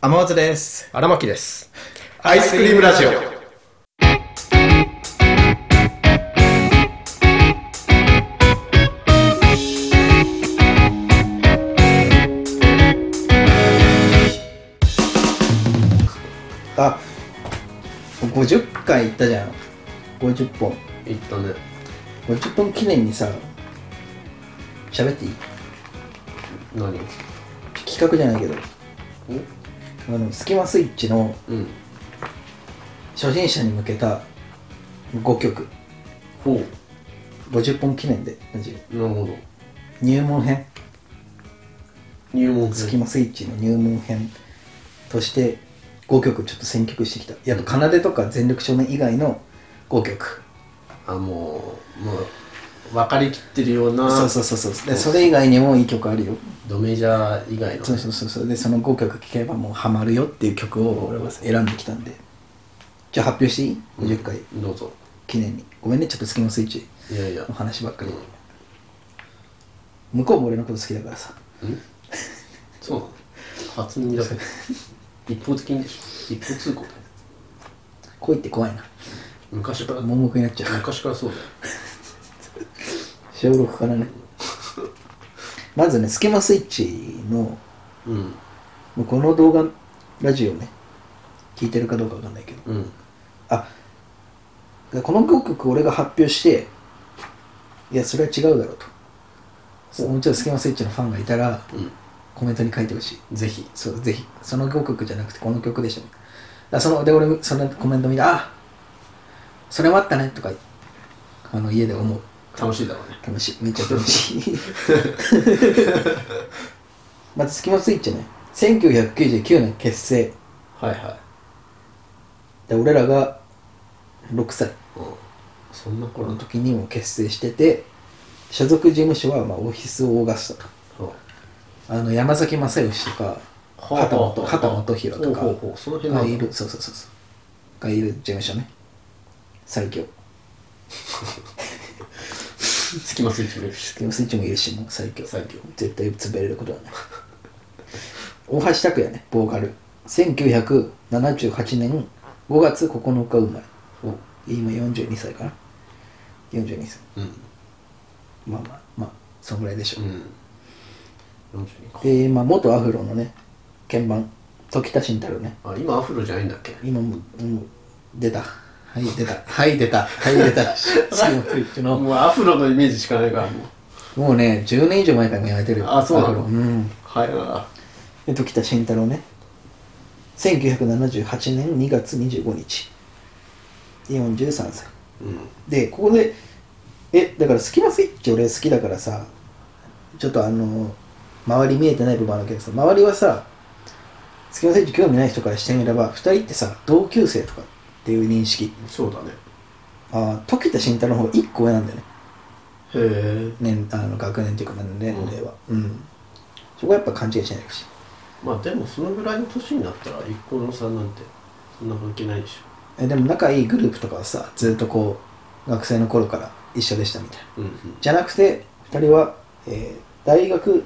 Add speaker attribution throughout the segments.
Speaker 1: 天松です。
Speaker 2: 荒牧です。
Speaker 1: アイスクリームラジオ。あ、50回行ったじゃん。50本。
Speaker 2: いったね。
Speaker 1: 50本記念にさ、喋っていい
Speaker 2: 何
Speaker 1: 企画じゃないけど、あの、スキマスイッチの
Speaker 2: うん。
Speaker 1: 初心者に向けた5曲。
Speaker 2: ほ
Speaker 1: 50本記念で、マジ
Speaker 2: う。なるほど。
Speaker 1: 入門編。
Speaker 2: 入門
Speaker 1: スキマスイッチの入門編として5曲ちょっと選曲してきたやっぱ奏とか全力少年以外の5曲
Speaker 2: あ、もう、もう、分かりきってるような、
Speaker 1: そうそうそうそうでそれ以外にもいい曲あるよ
Speaker 2: ドメジャー以外の。
Speaker 1: そうそうそうそうでその5曲聴けばもうハマるよっていう曲を俺は選んできたんでじゃあ発表していい ?50 回
Speaker 2: どうぞ。
Speaker 1: 記念にごめんねちょっとスキマスイッチ
Speaker 2: いやいや
Speaker 1: の。話ばっかりで向こうも俺のこと好きだからさ
Speaker 2: うんそうなの初耳だけど。一方的にでしょ。一方通行だよ。
Speaker 1: 恋って怖いな
Speaker 2: 昔から、
Speaker 1: 盲目になっちゃう
Speaker 2: 昔からそうだよ。
Speaker 1: 小6からねまずねスキマスイッチの
Speaker 2: うん。
Speaker 1: もうこの動画ラジオね聞いてるかどうかわかんないけど
Speaker 2: うん。
Speaker 1: あこの5曲俺が発表していやそれは違うだろうとそうもうちょっとスキマスイッチのファンがいたら
Speaker 2: う
Speaker 1: コメントに書いてほしい
Speaker 2: ん。ぜひ。
Speaker 1: そうぜひその5曲じゃなくてこの曲でしょだからそので俺そのコメント見てあそれもあったねとかあの家で思う
Speaker 2: 楽しいだろうね。
Speaker 1: 楽しいめっちゃ楽し いまずスキマスイッチね1999年結成
Speaker 2: はいはい。
Speaker 1: で俺らが6歳
Speaker 2: うん。そんな頃
Speaker 1: の
Speaker 2: の
Speaker 1: 時
Speaker 2: 時。
Speaker 1: にも結成してて所属事務所はまあオフィスオーガスタと
Speaker 2: うん
Speaker 1: あの山崎正義とか
Speaker 2: はあ
Speaker 1: 畑元畑元博と
Speaker 2: ほうほうほうその
Speaker 1: か
Speaker 2: 辺な
Speaker 1: が
Speaker 2: んだ
Speaker 1: いるそうそうそうそうがいる事務所ね最強
Speaker 2: スキマスイッチもいるし
Speaker 1: スキマスイッチもいるしもう最強
Speaker 2: 最強
Speaker 1: 絶対潰れることはない 大橋拓也ねボーカル1978年5月9日生まれ
Speaker 2: うん
Speaker 1: 今42歳かな42歳
Speaker 2: うん
Speaker 1: まあまあまあそんぐらいでしょう
Speaker 2: うん42か
Speaker 1: で、まあ、元アフロのね鍵盤時田慎太郎ね
Speaker 2: あ今アフロじゃないんだっけ
Speaker 1: 今もう、うん、出たはい出たはい出たはい出 たスキマスイッチの
Speaker 2: もうアフロのイメージしかないからもう
Speaker 1: もうね10年以上前からもうやめてるよ
Speaker 2: あそうなの
Speaker 1: アフロうん
Speaker 2: はいあ
Speaker 1: で時田慎太郎ね1978年2月25日で43歳
Speaker 2: うん
Speaker 1: でここでえだからスキマスイッチ俺好きだからさちょっとあの周り見えてない部分あるけどさ周りはさスキマスイッチ興味ない人からしてみれば2人ってさ同級生とかっていう認識
Speaker 2: そうだね
Speaker 1: ああ時田慎太郎の方が1個上なんだよね
Speaker 2: へえ
Speaker 1: 年あの学年っていうか年齢はうん、そこはやっぱ勘違いしないでほしい
Speaker 2: まあでもそのぐらいの年になったら一個の差なんてそんな関係ないでし
Speaker 1: えでも仲いいグループとかはさずっとこう学生の頃から一緒でしたみたいな
Speaker 2: ょうんうん
Speaker 1: じゃなくて2人は、えー大学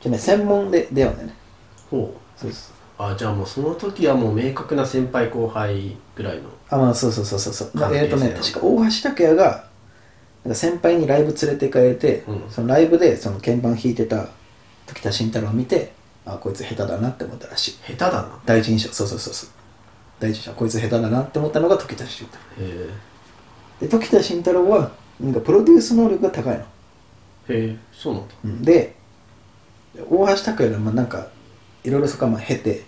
Speaker 1: じゃない専門で出会うんだよね
Speaker 2: ほう
Speaker 1: そうそう
Speaker 2: あじゃあもうその時はもう明確な先輩後輩ぐらいの
Speaker 1: あまあそうそうそうそうそう、まあ
Speaker 2: 関
Speaker 1: え
Speaker 2: 係
Speaker 1: っ、とね
Speaker 2: 性の
Speaker 1: 確か大橋拓也がなんか先輩にライブ連れて行かれて、
Speaker 2: うん
Speaker 1: そのライブでその鍵盤弾いてた時田慎太郎を見てあこいつ下手だなって思ったらしい
Speaker 2: 下手だな
Speaker 1: 第一印象そうそうそうそう第一印象こいつ下手だなって思ったのが時田慎太
Speaker 2: へ
Speaker 1: 郎で時田慎太郎はなんかプロデュース能力が高いの
Speaker 2: えへえそうなんだ
Speaker 1: うんで大橋拓也がまあなんかいろいろそこはまあ経て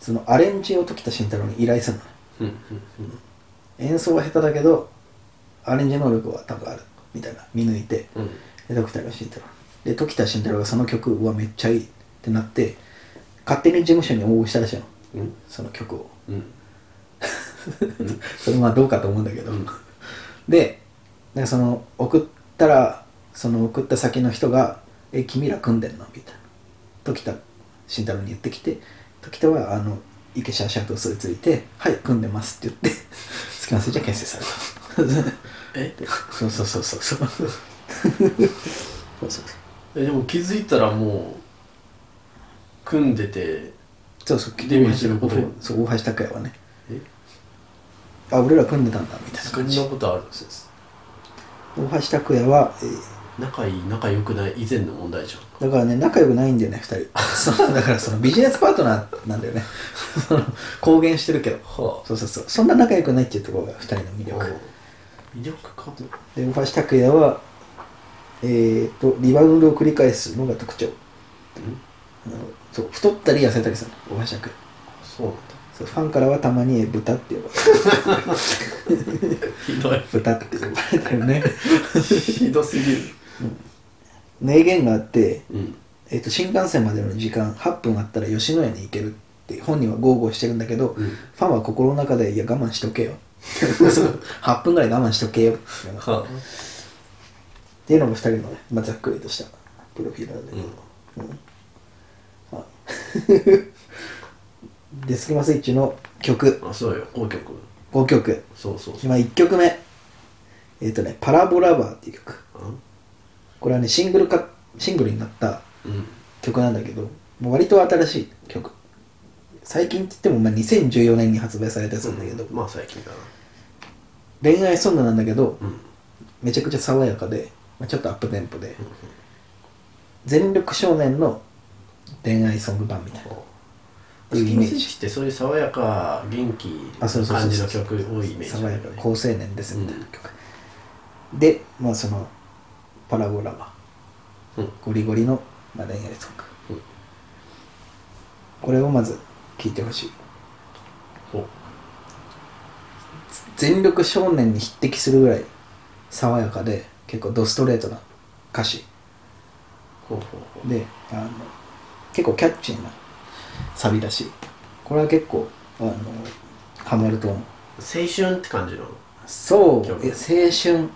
Speaker 1: そのアレンジを時田慎太郎に依頼するの
Speaker 2: うんうん
Speaker 1: 演奏は下手だけどアレンジ能力は多分あるみたいな見抜いて
Speaker 2: うん
Speaker 1: で時田慎太郎で時田慎太郎がその曲うわめっちゃいいってなって勝手に事務所に応募したらしいの
Speaker 2: うん
Speaker 1: その曲を
Speaker 2: うん
Speaker 1: それまあどうかと思うんだけ
Speaker 2: う
Speaker 1: ど、
Speaker 2: ん
Speaker 1: でなんかその送ったらその送った先の人が「え君ら組んでんの?」みたいな時田慎太郎に言ってきて時田はあの池シャーシャーとそいついて「はい組んでます」って言ってスキマスイッチは結成された
Speaker 2: え
Speaker 1: そうそうそうそうそうそうそうそう
Speaker 2: えでも気づいたらもう組んでて
Speaker 1: そうそう
Speaker 2: デビューしてること
Speaker 1: 俺そう大橋拓也はね
Speaker 2: え
Speaker 1: あ俺ら組んでたんだみたいな
Speaker 2: そ
Speaker 1: 感
Speaker 2: んな
Speaker 1: じ
Speaker 2: ことある
Speaker 1: そうです大橋拓也は、えー
Speaker 2: 仲いい仲良くない以前の問題じゃん
Speaker 1: だからね仲良くないんだよね2人そうだからそのビジネスパートナーなんだよねその公言してるけど
Speaker 2: は
Speaker 1: そうそうそうそんな仲良くないっていうところが2人の魅
Speaker 2: 魅
Speaker 1: 力
Speaker 2: 力魅力かも
Speaker 1: で大橋拓也はえー、とリバウンドを繰り返すのが特徴あのそう太ったり痩せたりするの大橋拓也
Speaker 2: そうなんだ
Speaker 1: そうファンからはたまにえ豚って呼ばれて
Speaker 2: ひどい
Speaker 1: 豚って呼ばれてる ね
Speaker 2: ひどすぎる
Speaker 1: 名言があって、
Speaker 2: うん
Speaker 1: えー、と新幹線までの時間8分あったら吉野家に行けるって本人は豪語してるんだけど、
Speaker 2: うん
Speaker 1: ファンは心の中で「いや我慢しとけよ」8分ぐらい我慢しとけよっていうのが
Speaker 2: は
Speaker 1: っていうのも2人のね、まあ、ざっくりとしたプロフィールなんだけど、うんはいでスキマスイッチの曲
Speaker 2: あそうよこの曲
Speaker 1: 5曲
Speaker 2: そうそうそう
Speaker 1: 今1曲目えっ、とね「パラボラバー」っていう曲これはねシングルかシングルになった
Speaker 2: うん
Speaker 1: 曲なんだけどもう割と新しい曲最近って言っても、まあ、2014年に発売されたやつなんだけど、
Speaker 2: まあ最近だな
Speaker 1: 恋愛ソングなんだけど
Speaker 2: うん
Speaker 1: めちゃくちゃ爽やかで、まあ、ちょっとアップテンポで全力少年の恋愛ソング版みたいな
Speaker 2: スキンスイッチってそういう爽やか元気な
Speaker 1: あそうそうそ
Speaker 2: 感
Speaker 1: う
Speaker 2: じ
Speaker 1: そ
Speaker 2: の
Speaker 1: う
Speaker 2: 曲多いイメージ
Speaker 1: 爽
Speaker 2: だよ
Speaker 1: や
Speaker 2: ね
Speaker 1: か好青年ですみたいな曲、でまあそのパラボラは
Speaker 2: うん
Speaker 1: ゴリゴリの、まあ、恋愛ソング、
Speaker 2: うん
Speaker 1: これをまず聴いてほしい
Speaker 2: ほ
Speaker 1: 全力少年に匹敵するぐらい爽やかで結構ドストレートな歌詞
Speaker 2: ほうほうほう
Speaker 1: であの結構キャッチーなサビだしこれは結構あのハマると思う
Speaker 2: 青春って感じなの
Speaker 1: そう
Speaker 2: 曲
Speaker 1: いや青春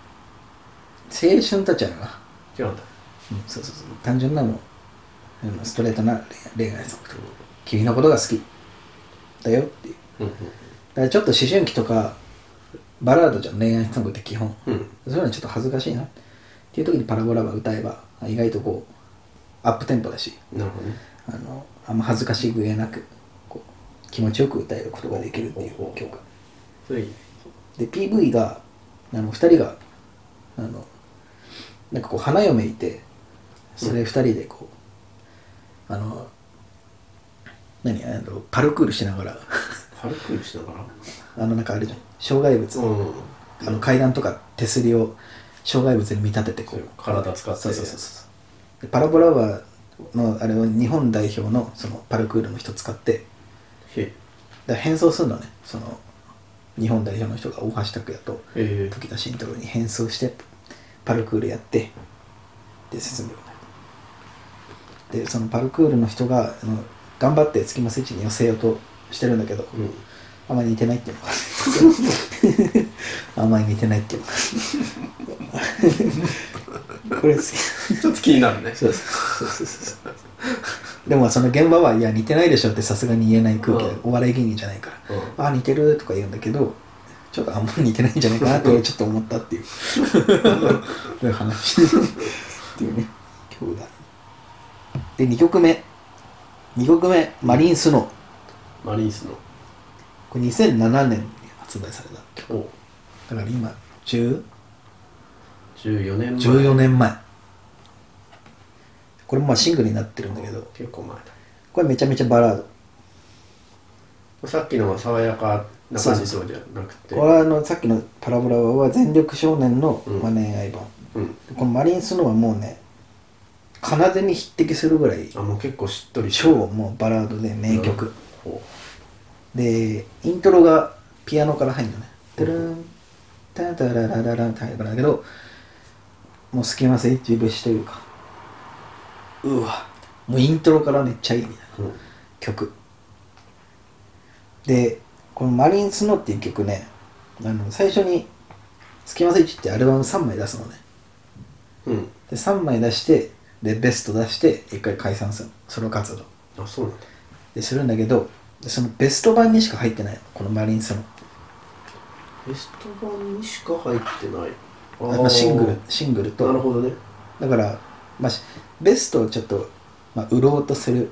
Speaker 1: 青春たちやろな、
Speaker 2: 違うんだ
Speaker 1: うん、そうそうそう単純なもうあのストレートな恋愛ソング君のことが好きだよっていう
Speaker 2: うん
Speaker 1: だからちょっと思春期とかバラードじゃん恋愛ソングって基本
Speaker 2: うんうん
Speaker 1: そういうのちょっと恥ずかしいなっていう時にパラボラバ歌えば意外とこうアップテンポだし
Speaker 2: なるほどね
Speaker 1: あのあんま恥ずかしげなくこう気持ちよく歌えることができるっていう曲
Speaker 2: それいいね
Speaker 1: で PV があの2人があのなんかこう花嫁いてそれ2人でこう、あの何あのパルクールしながら
Speaker 2: 軽くしながら
Speaker 1: あのなんかあれじゃん障害物、
Speaker 2: うん
Speaker 1: あの階段とか手すりを障害物に見立ててこ
Speaker 2: そうう体使って
Speaker 1: そうそうそうそうでパラボラバーのあれを日本代表のそのパルクールの人使って
Speaker 2: へえ
Speaker 1: だから変装するのねその日本代表の人が大橋拓也と
Speaker 2: え
Speaker 1: 時田慎太郎に変装してパルクールやってで説明をでそのパルクールの人があの頑張ってスキマスイッチに寄せようとしてるんだけど、
Speaker 2: うん
Speaker 1: あまり似てないっていうのがあんまり似てないっていうのがこれ好き
Speaker 2: ちょっと気になるね
Speaker 1: そうそうそうそうでもその現場はいや似てないでしょってさすがに言えない空気で、
Speaker 2: うん
Speaker 1: お笑い芸人じゃないから
Speaker 2: うん
Speaker 1: あ似てるとか言うんだけどちょっとあんまり似てないんじゃないかなって俺ちょっと思った っていうそういう話っていうね今日がで2曲目2曲目「マリンスノー」
Speaker 2: マリーンスの
Speaker 1: これ2007年に発売された
Speaker 2: 今日
Speaker 1: だから今10
Speaker 2: 14年前
Speaker 1: 14年前これもまあシングルになってるんだけど
Speaker 2: 結構前だ
Speaker 1: これめちゃめちゃバラード
Speaker 2: さっきのは爽やかな感じとかじゃなくて
Speaker 1: これはあのさっきの「パラボラワ」は全力少年の
Speaker 2: うん
Speaker 1: まあ恋愛版、
Speaker 2: うん
Speaker 1: この「マリンスノー」はもうね奏でに匹敵するぐらい
Speaker 2: あもう結構しっとり
Speaker 1: 超もうバラードで名曲、
Speaker 2: ほ
Speaker 1: でイントロがピアノから入るのね「
Speaker 2: う
Speaker 1: ト
Speaker 2: ん
Speaker 1: ゥルーンタタララララン」って入るんだけどもう隙間スイッチ節というかうわもうイントロからめっちゃいいみたいな
Speaker 2: ううん
Speaker 1: 曲でこの「マリンスノー」っていう曲ねあの最初に「スキマスイッチ」ってアルバム3枚出すのね
Speaker 2: うん
Speaker 1: で3枚出してでベスト出して一回解散するのソロ活動
Speaker 2: あそうなんだ
Speaker 1: でするんだけどでそのベスト版にしか入ってないのこの「マリンスノー」
Speaker 2: ベスト版にしか入ってないあ
Speaker 1: まあ、シングル
Speaker 2: ー
Speaker 1: シングル
Speaker 2: なる
Speaker 1: と
Speaker 2: ほどね
Speaker 1: だから、まあ、しベストをちょっと、まあ、売ろうとする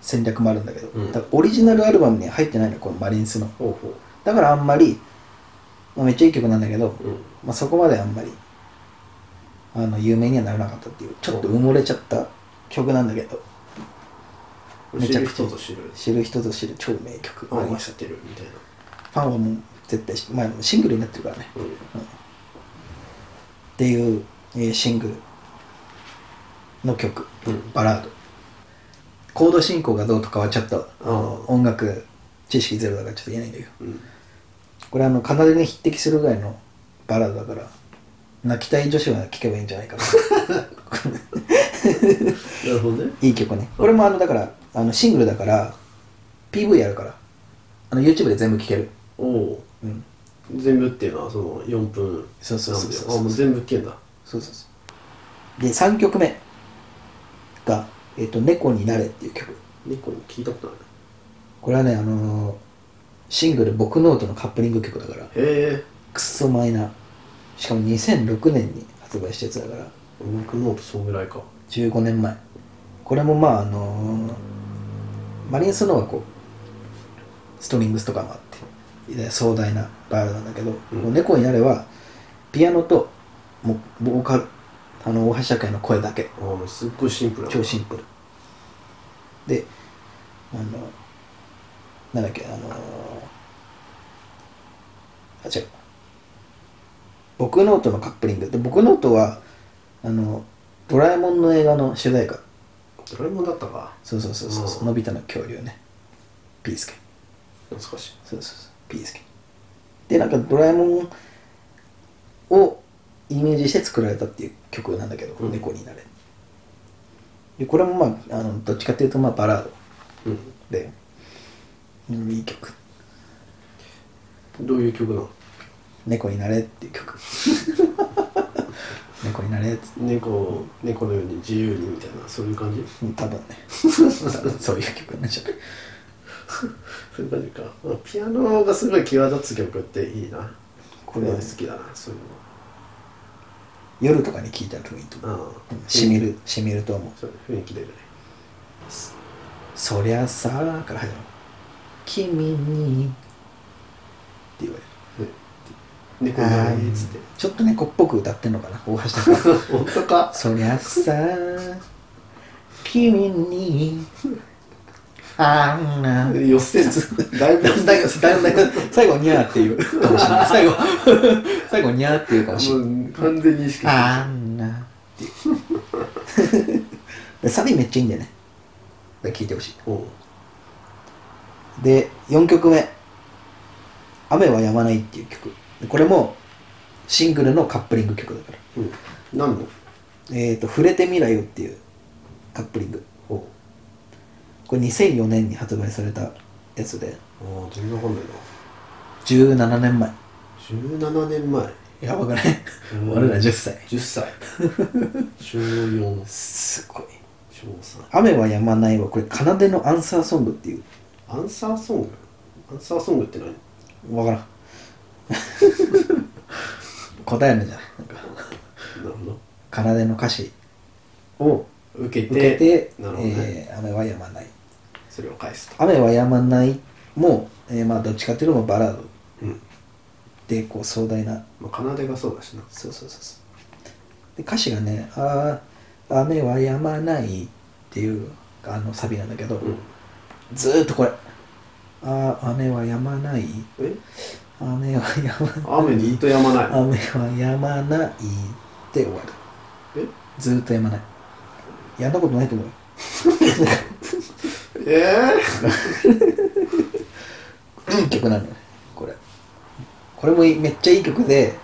Speaker 1: 戦略もあるんだけど、
Speaker 2: うん
Speaker 1: だからオリジナルアルバムに入ってないのこのマリンスの
Speaker 2: ほうほ
Speaker 1: だからあんまり、まあ、めっちゃいい曲なんだけど、
Speaker 2: う、うん、
Speaker 1: まあ、そこまであんまりあの有名にはならなかったっていうちょっと埋もれちゃった曲なんだけどめちゃくちゃ
Speaker 2: 知る人ぞ知る
Speaker 1: 知る人ぞ知る超名曲
Speaker 2: あ
Speaker 1: マリン
Speaker 2: 愛
Speaker 1: ス
Speaker 2: してるみたいな、
Speaker 1: ファンはもう絶対し、まあ、シングルになってるからね
Speaker 2: うん、
Speaker 1: っていう、えーシングルの曲、
Speaker 2: うん
Speaker 1: バラードコード進行がどうとかはちょっとあの
Speaker 2: あ
Speaker 1: 音楽知識ゼロだからちょっと言えないんだけど
Speaker 2: うん、
Speaker 1: これあの奏でに匹敵するぐらいのバラードだから泣きたい女子は聴けばいいんじゃないかな
Speaker 2: なるほどね
Speaker 1: いい曲ねこれもあのだからあのシングルだから PV あるからあの YouTube で全部聴ける
Speaker 2: おお
Speaker 1: うん
Speaker 2: 全部っていうのはその4分
Speaker 1: そうそうそうそう
Speaker 2: 何秒あもう全部いけんだ
Speaker 1: そうそうそうで3曲目が「えっと猫になれ」っていう曲
Speaker 2: 猫に聞いたことない
Speaker 1: これはねあのーシングル「僕ノート」のカップリング曲だから
Speaker 2: へえ
Speaker 1: クソマイナーしかも2006年に発売したやつだから
Speaker 2: 僕ノートそんぐらいか
Speaker 1: 15年前これもまああのーマリンスの方がこうストリングスとかもあってで壮大なバラードなんだけど「
Speaker 2: うん
Speaker 1: こう猫になれ」はピアノともうボーカルあの大橋社会の声だけ
Speaker 2: ああもうすっごいシンプルな
Speaker 1: 超シンプルであのなんだっけあのあ違う僕ノートのカップリングで僕ノートはあのドラえもんの映画の主題歌
Speaker 2: ドラえもんだったか
Speaker 1: そうそうそうそうそううんのび太の恐竜ねピースケ
Speaker 2: 懐かしい
Speaker 1: そうそうそうピースケでなんかドラえもんをイメージして作られたっていう曲なんだけど「
Speaker 2: うん
Speaker 1: 猫になれ」でこれもまああのどっちかっていうとまあバラード
Speaker 2: うん
Speaker 1: で、うん、いい曲
Speaker 2: どういう曲なの
Speaker 1: 「猫になれ」っていう 曲猫になれっつって
Speaker 2: 猫猫のように自由にみたいなそういう感じ
Speaker 1: うん多分 ね多分そういう曲になっちゃう
Speaker 2: そういう感じかまあピアノがすごい際立つ曲っていいな
Speaker 1: こ
Speaker 2: こ
Speaker 1: れ
Speaker 2: れ
Speaker 1: は
Speaker 2: 好きだなそういう
Speaker 1: 夜とかに聴いたらいいと思う
Speaker 2: のああ
Speaker 1: うんしみるしみると思う
Speaker 2: そう雰囲気出るね
Speaker 1: そりゃさーから始まる君にって言われる
Speaker 2: 猫のようにっつって
Speaker 1: ちょっと猫っぽく歌ってんのかな大橋さん が
Speaker 2: 本当か
Speaker 1: そりゃさー君にあんな
Speaker 2: 寄せずだいぶ
Speaker 1: 最後最後最後にゃーって言うかもしれない最後 最後にゃーって言うかもしれない
Speaker 2: もう完全に意識してる
Speaker 1: あんなっていう でサビめっちゃいいんだよねだから聞いてほしい
Speaker 2: おう
Speaker 1: で4曲目「雨は止まない」っていう曲でこれもシングルのカップリング曲だから
Speaker 2: うん何の
Speaker 1: 「えー、と触れてみらよ」っていうカップリング
Speaker 2: おう
Speaker 1: これ2004年に発売されたやつで
Speaker 2: ああ全然わかんないな
Speaker 1: 17年前
Speaker 2: 17年前
Speaker 1: やばく ない
Speaker 2: うん
Speaker 1: 俺ら10歳
Speaker 2: 10歳 小4
Speaker 1: すごい
Speaker 2: 小3
Speaker 1: 「雨は止まない」はこれ奏でのアンサーソングっていう
Speaker 2: アンサーソングアンサーソングって何
Speaker 1: わ からん答えるんじゃないなんか
Speaker 2: なるほど
Speaker 1: 奏での歌詞を
Speaker 2: 受けて
Speaker 1: 受けて「
Speaker 2: なるほどね、
Speaker 1: えー雨は止まない」
Speaker 2: それを返すと
Speaker 1: 雨は止まないもう、えーまあどっちかっていうともうバラード
Speaker 2: うん
Speaker 1: でこう壮大な
Speaker 2: まあ奏でがそうだしな
Speaker 1: そうそうそうそうで歌詞がね「ああ雨は止まない」っていうあのサビなんだけど、
Speaker 2: うん
Speaker 1: ずーっとこれ「ああ雨は止まない
Speaker 2: え
Speaker 1: 雨は止まない
Speaker 2: 雨ずっとやまない
Speaker 1: 雨は止まない」って終わる
Speaker 2: え
Speaker 1: ずーっと止まないやったことないと思うよ
Speaker 2: え
Speaker 1: いい曲なのよこれこれもいいめっちゃいい曲で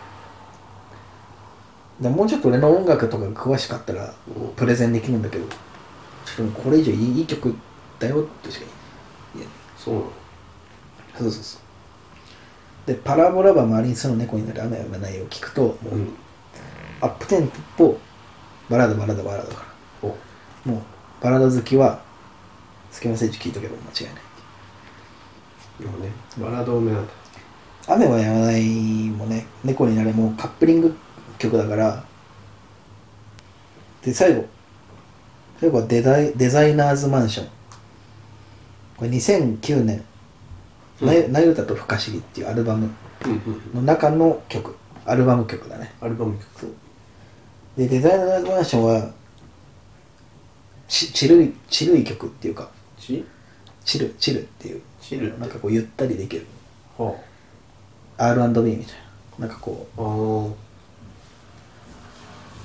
Speaker 1: でもうちょっと俺の音楽とか詳しかったら
Speaker 2: ー、もう
Speaker 1: プレゼンできるんだけどちょっともうこれ以上いいいい曲だよってしか
Speaker 2: そうなの
Speaker 1: 言えないそうそうそうで「パラボラバマリンスの猫になる雨はない」を聞くともう、
Speaker 2: うん
Speaker 1: アップテンポバラードバラードバラードだか
Speaker 2: お
Speaker 1: らもうバラード好きはスキマスイッチ聞いとけば間違いない
Speaker 2: でもねバラード多めなんだ
Speaker 1: 雨はやまないもね猫になれもカップリング曲だからで最後最後はデザイデザイナーズマンションこれ2009年「
Speaker 2: うん
Speaker 1: なゆなゆたと不可思議」っていうアルバム
Speaker 2: うんうん
Speaker 1: の中の曲アルバム曲だね
Speaker 2: アルバム曲
Speaker 1: でデザイナーズマンションはちちるいちるい曲っていうか
Speaker 2: チ
Speaker 1: チルチルっていう
Speaker 2: チルって
Speaker 1: なんかこうゆったりできる
Speaker 2: は
Speaker 1: R&B みたいななんかこ
Speaker 2: ああー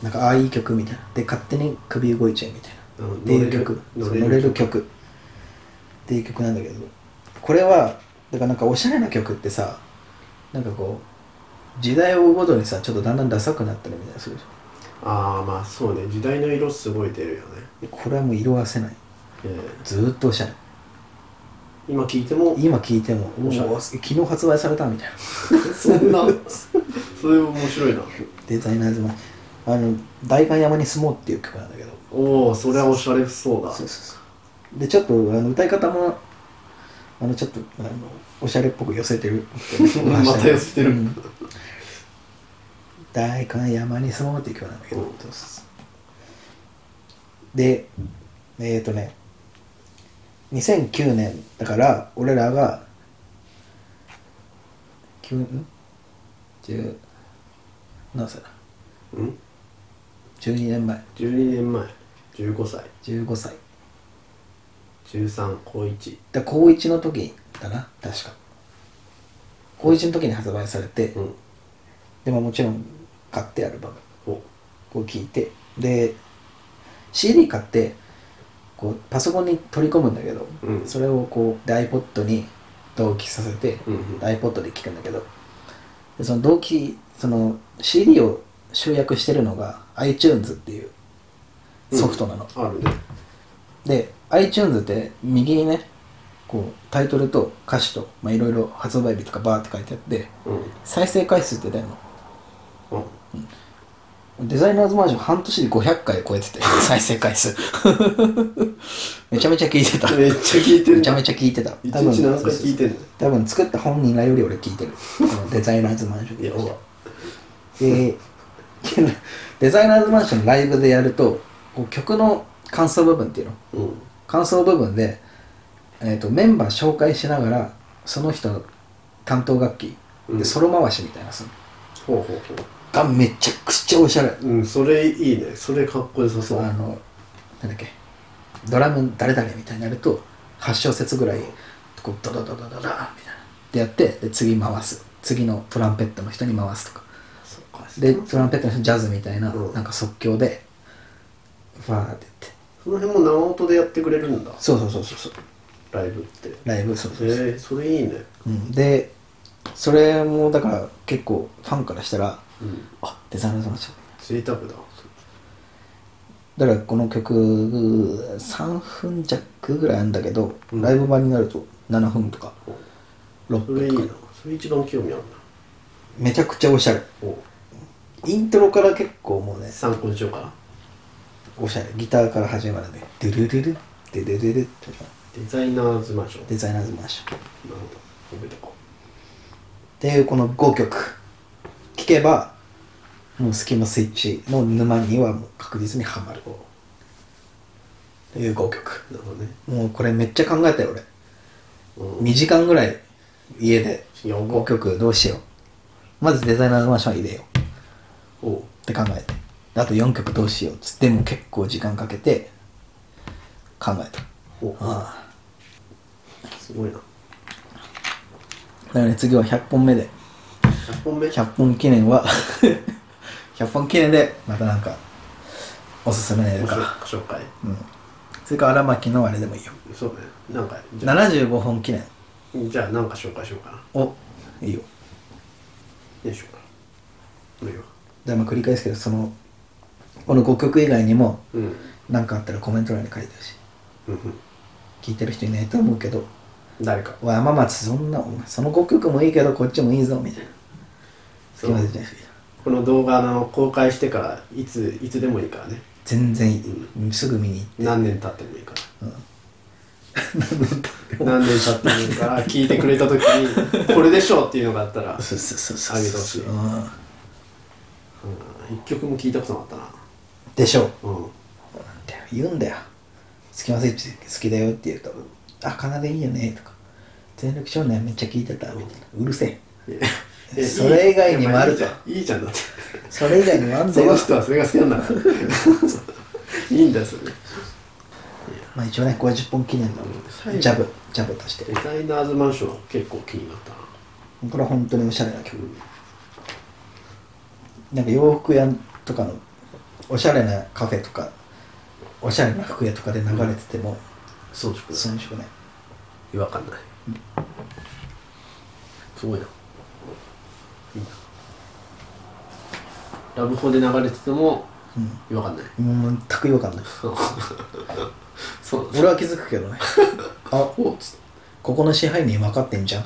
Speaker 1: うなんかああいい曲みたいなで勝手に首動いちゃうみたいな
Speaker 2: う
Speaker 1: っ
Speaker 2: ん
Speaker 1: ていう曲そう乗れる曲っていう曲なんだけどこれはだからなんかおしゃれな曲ってさなんかこう時代を追うごとにさちょっとだんだんダサくなったりみたいなするじ
Speaker 2: ああまあそうね時代の色すごい出るよね、
Speaker 1: ゃんこれはもう色褪せない
Speaker 2: えー
Speaker 1: ずーっとおしゃれ
Speaker 2: 今聞いても
Speaker 1: 今聴いても「
Speaker 2: おしゃれ
Speaker 1: おー昨日発売された」みたいな
Speaker 2: そんな それ面白いな
Speaker 1: デザイナーズもあの「代官山に住もう」っていう曲なんだけど
Speaker 2: おおそれはおしゃれそうだ
Speaker 1: そうそうそうでちょっとあの歌い方もあのちょっとあのおしゃれっぽく寄せてる
Speaker 2: また寄せてる
Speaker 1: うん大観山に住もうっていう曲なんだけど、
Speaker 2: うん
Speaker 1: そうそうそうでえっ、ー、とね2009年だから俺らが9ん10何歳だ
Speaker 2: うん
Speaker 1: 12年前
Speaker 2: 12年前15歳
Speaker 1: 15歳
Speaker 2: 13高1
Speaker 1: だ高1の時だな確か高1の時に発売されて、
Speaker 2: うん
Speaker 1: でももちろん買ってアルバム
Speaker 2: お
Speaker 1: を聴いてで CD 買ってこうパソコンに取り込むんだけど、
Speaker 2: うん
Speaker 1: それをこうで iPod に同期させて、
Speaker 2: うんうん
Speaker 1: で iPod で聴くんだけどでその同期その CD を集約してるのが iTunes っていうソフトなの、
Speaker 2: あるね
Speaker 1: で iTunes って右にねこうタイトルと歌詞とまあいろいろ発売日とかバーって書いてあって
Speaker 2: うん
Speaker 1: 再生回数って出るの
Speaker 2: うん
Speaker 1: デザイナーズマンション半年で500回超えてて 再生回数めちゃめちゃ聞いてた
Speaker 2: めっちゃ聞いてる
Speaker 1: めちゃめちゃ聞いてた
Speaker 2: 一日何回聞いてんの
Speaker 1: 多分作った本人らより俺聞いてるこのデザイナーズマンション
Speaker 2: いやほら
Speaker 1: で デザイナーズマンションのライブでやるとこう曲の感想部分っていうの
Speaker 2: うん
Speaker 1: 感想部分で、えー、とメンバー紹介しながらその人の担当楽器
Speaker 2: うん
Speaker 1: でソロ回しみたいなその
Speaker 2: ほうほうほ
Speaker 1: がめちゃくちゃおしゃれ
Speaker 2: ううんそれいいねそれかっこよさそ
Speaker 1: そううあのなんだっけドラム誰々みたいになると8小節ぐらいこうドドドドドドみたいなでやってで次回す次のトランペットの人に回すとか
Speaker 2: そっか
Speaker 1: でトランペットの人ジャズみたいな
Speaker 2: うん
Speaker 1: なんか即興でファーってやって
Speaker 2: その辺も生音でやってくれるんだ
Speaker 1: そうそうそうそうそう
Speaker 2: ライブってへ
Speaker 1: ライブそうそうそう
Speaker 2: えそれいいね
Speaker 1: うん、でそれもだから結構ファンからしたら
Speaker 2: うん
Speaker 1: あデザイナーズマンション
Speaker 2: 贅沢だ
Speaker 1: だからこの曲3分弱ぐらいあるんだけど、
Speaker 2: うん
Speaker 1: ライブ版になると7分とか6
Speaker 2: それい
Speaker 1: 分
Speaker 2: い
Speaker 1: と
Speaker 2: な
Speaker 1: か
Speaker 2: それ一番興味あるな
Speaker 1: めちゃくちゃおしゃれ
Speaker 2: お
Speaker 1: イントロから結構もうね
Speaker 2: 参考にしようかな
Speaker 1: おしゃれギターから始まるんでドゥルルルドゥルルルって始まる
Speaker 2: デザイナーズマンション
Speaker 1: デザイナーズマンションっ
Speaker 2: なるほど覚えてこ
Speaker 1: ていうこの5曲聴けばもうスキマスイッチの沼にはもう確実にはまるという5曲
Speaker 2: うなるほどね
Speaker 1: もうこれめっちゃ考えたよ俺
Speaker 2: うん
Speaker 1: 2時間ぐらい家で
Speaker 2: やば
Speaker 1: 5曲どうしようまずデザイナーズマンション入れようっ
Speaker 2: おう
Speaker 1: て考えてあと4曲どうしようっつってもう結構時間かけて考えた
Speaker 2: おう
Speaker 1: あ
Speaker 2: すごいな
Speaker 1: あだからね次は100本目で
Speaker 2: 100本目
Speaker 1: 100本記念は 100本記念でまたなんかおすすめのやる
Speaker 2: 面
Speaker 1: か
Speaker 2: 白い紹介
Speaker 1: うんそれから荒牧のあれでもいいよ
Speaker 2: そうねなんかじゃあ
Speaker 1: 75本記念
Speaker 2: じゃあなんか紹介しようかな
Speaker 1: をいいよ
Speaker 2: よいしょこれよ
Speaker 1: じゃあまあ繰り返すけどそのこの5曲以外にも
Speaker 2: うん
Speaker 1: 何かあったらコメント欄に書いてほしい
Speaker 2: うんうん
Speaker 1: 聞いてる人いないと思うけど
Speaker 2: 誰か
Speaker 1: 「わ山松そんなお前その5曲もいいけどこっちもいいぞ」みたいなす
Speaker 2: そ
Speaker 1: き
Speaker 2: う
Speaker 1: ませんじゃない
Speaker 2: この動画の公開してからいついつでもいいからね
Speaker 1: 全然いい、すぐ見に行って
Speaker 2: 何年経ってもいいから、 何年経ってもいいから聞いてくれた時にこれでしょうっていうのがあったら
Speaker 1: そうそうそうそう
Speaker 2: あげてほしい
Speaker 1: うん
Speaker 2: 一曲も聞いたことなかったな
Speaker 1: でしょう
Speaker 2: うん
Speaker 1: って言うんだよ「スキマスイッチ好きだよ」って言うと「あかなでいいよね」とか「全力少年めっちゃ聞いてた」みたいな「うるせえ」
Speaker 2: え
Speaker 1: それ以外にもあると
Speaker 2: いいじゃんいいじゃんだって
Speaker 1: それ以外にもあんだ
Speaker 2: その
Speaker 1: よ
Speaker 2: 人はそれが好きなんだから いいんだよそれ
Speaker 1: まあ一応ね50本記念の
Speaker 2: 最後
Speaker 1: ジャブジャブとして
Speaker 2: デザイナーズマンション結構気になったな
Speaker 1: これは本当におしゃれな曲
Speaker 2: うん
Speaker 1: なんか洋服屋とかのおしゃれなカフェとかおしゃれな服屋とかで流れてても
Speaker 2: そうしく
Speaker 1: 遜色ない
Speaker 2: 違和感ないすごいないいなラブホで流れてても違和感ない
Speaker 1: うんもう全く違和感ない
Speaker 2: そうそう
Speaker 1: 俺は気づくけどね あ
Speaker 2: おっつっ
Speaker 1: ここの支配人分かってんじゃん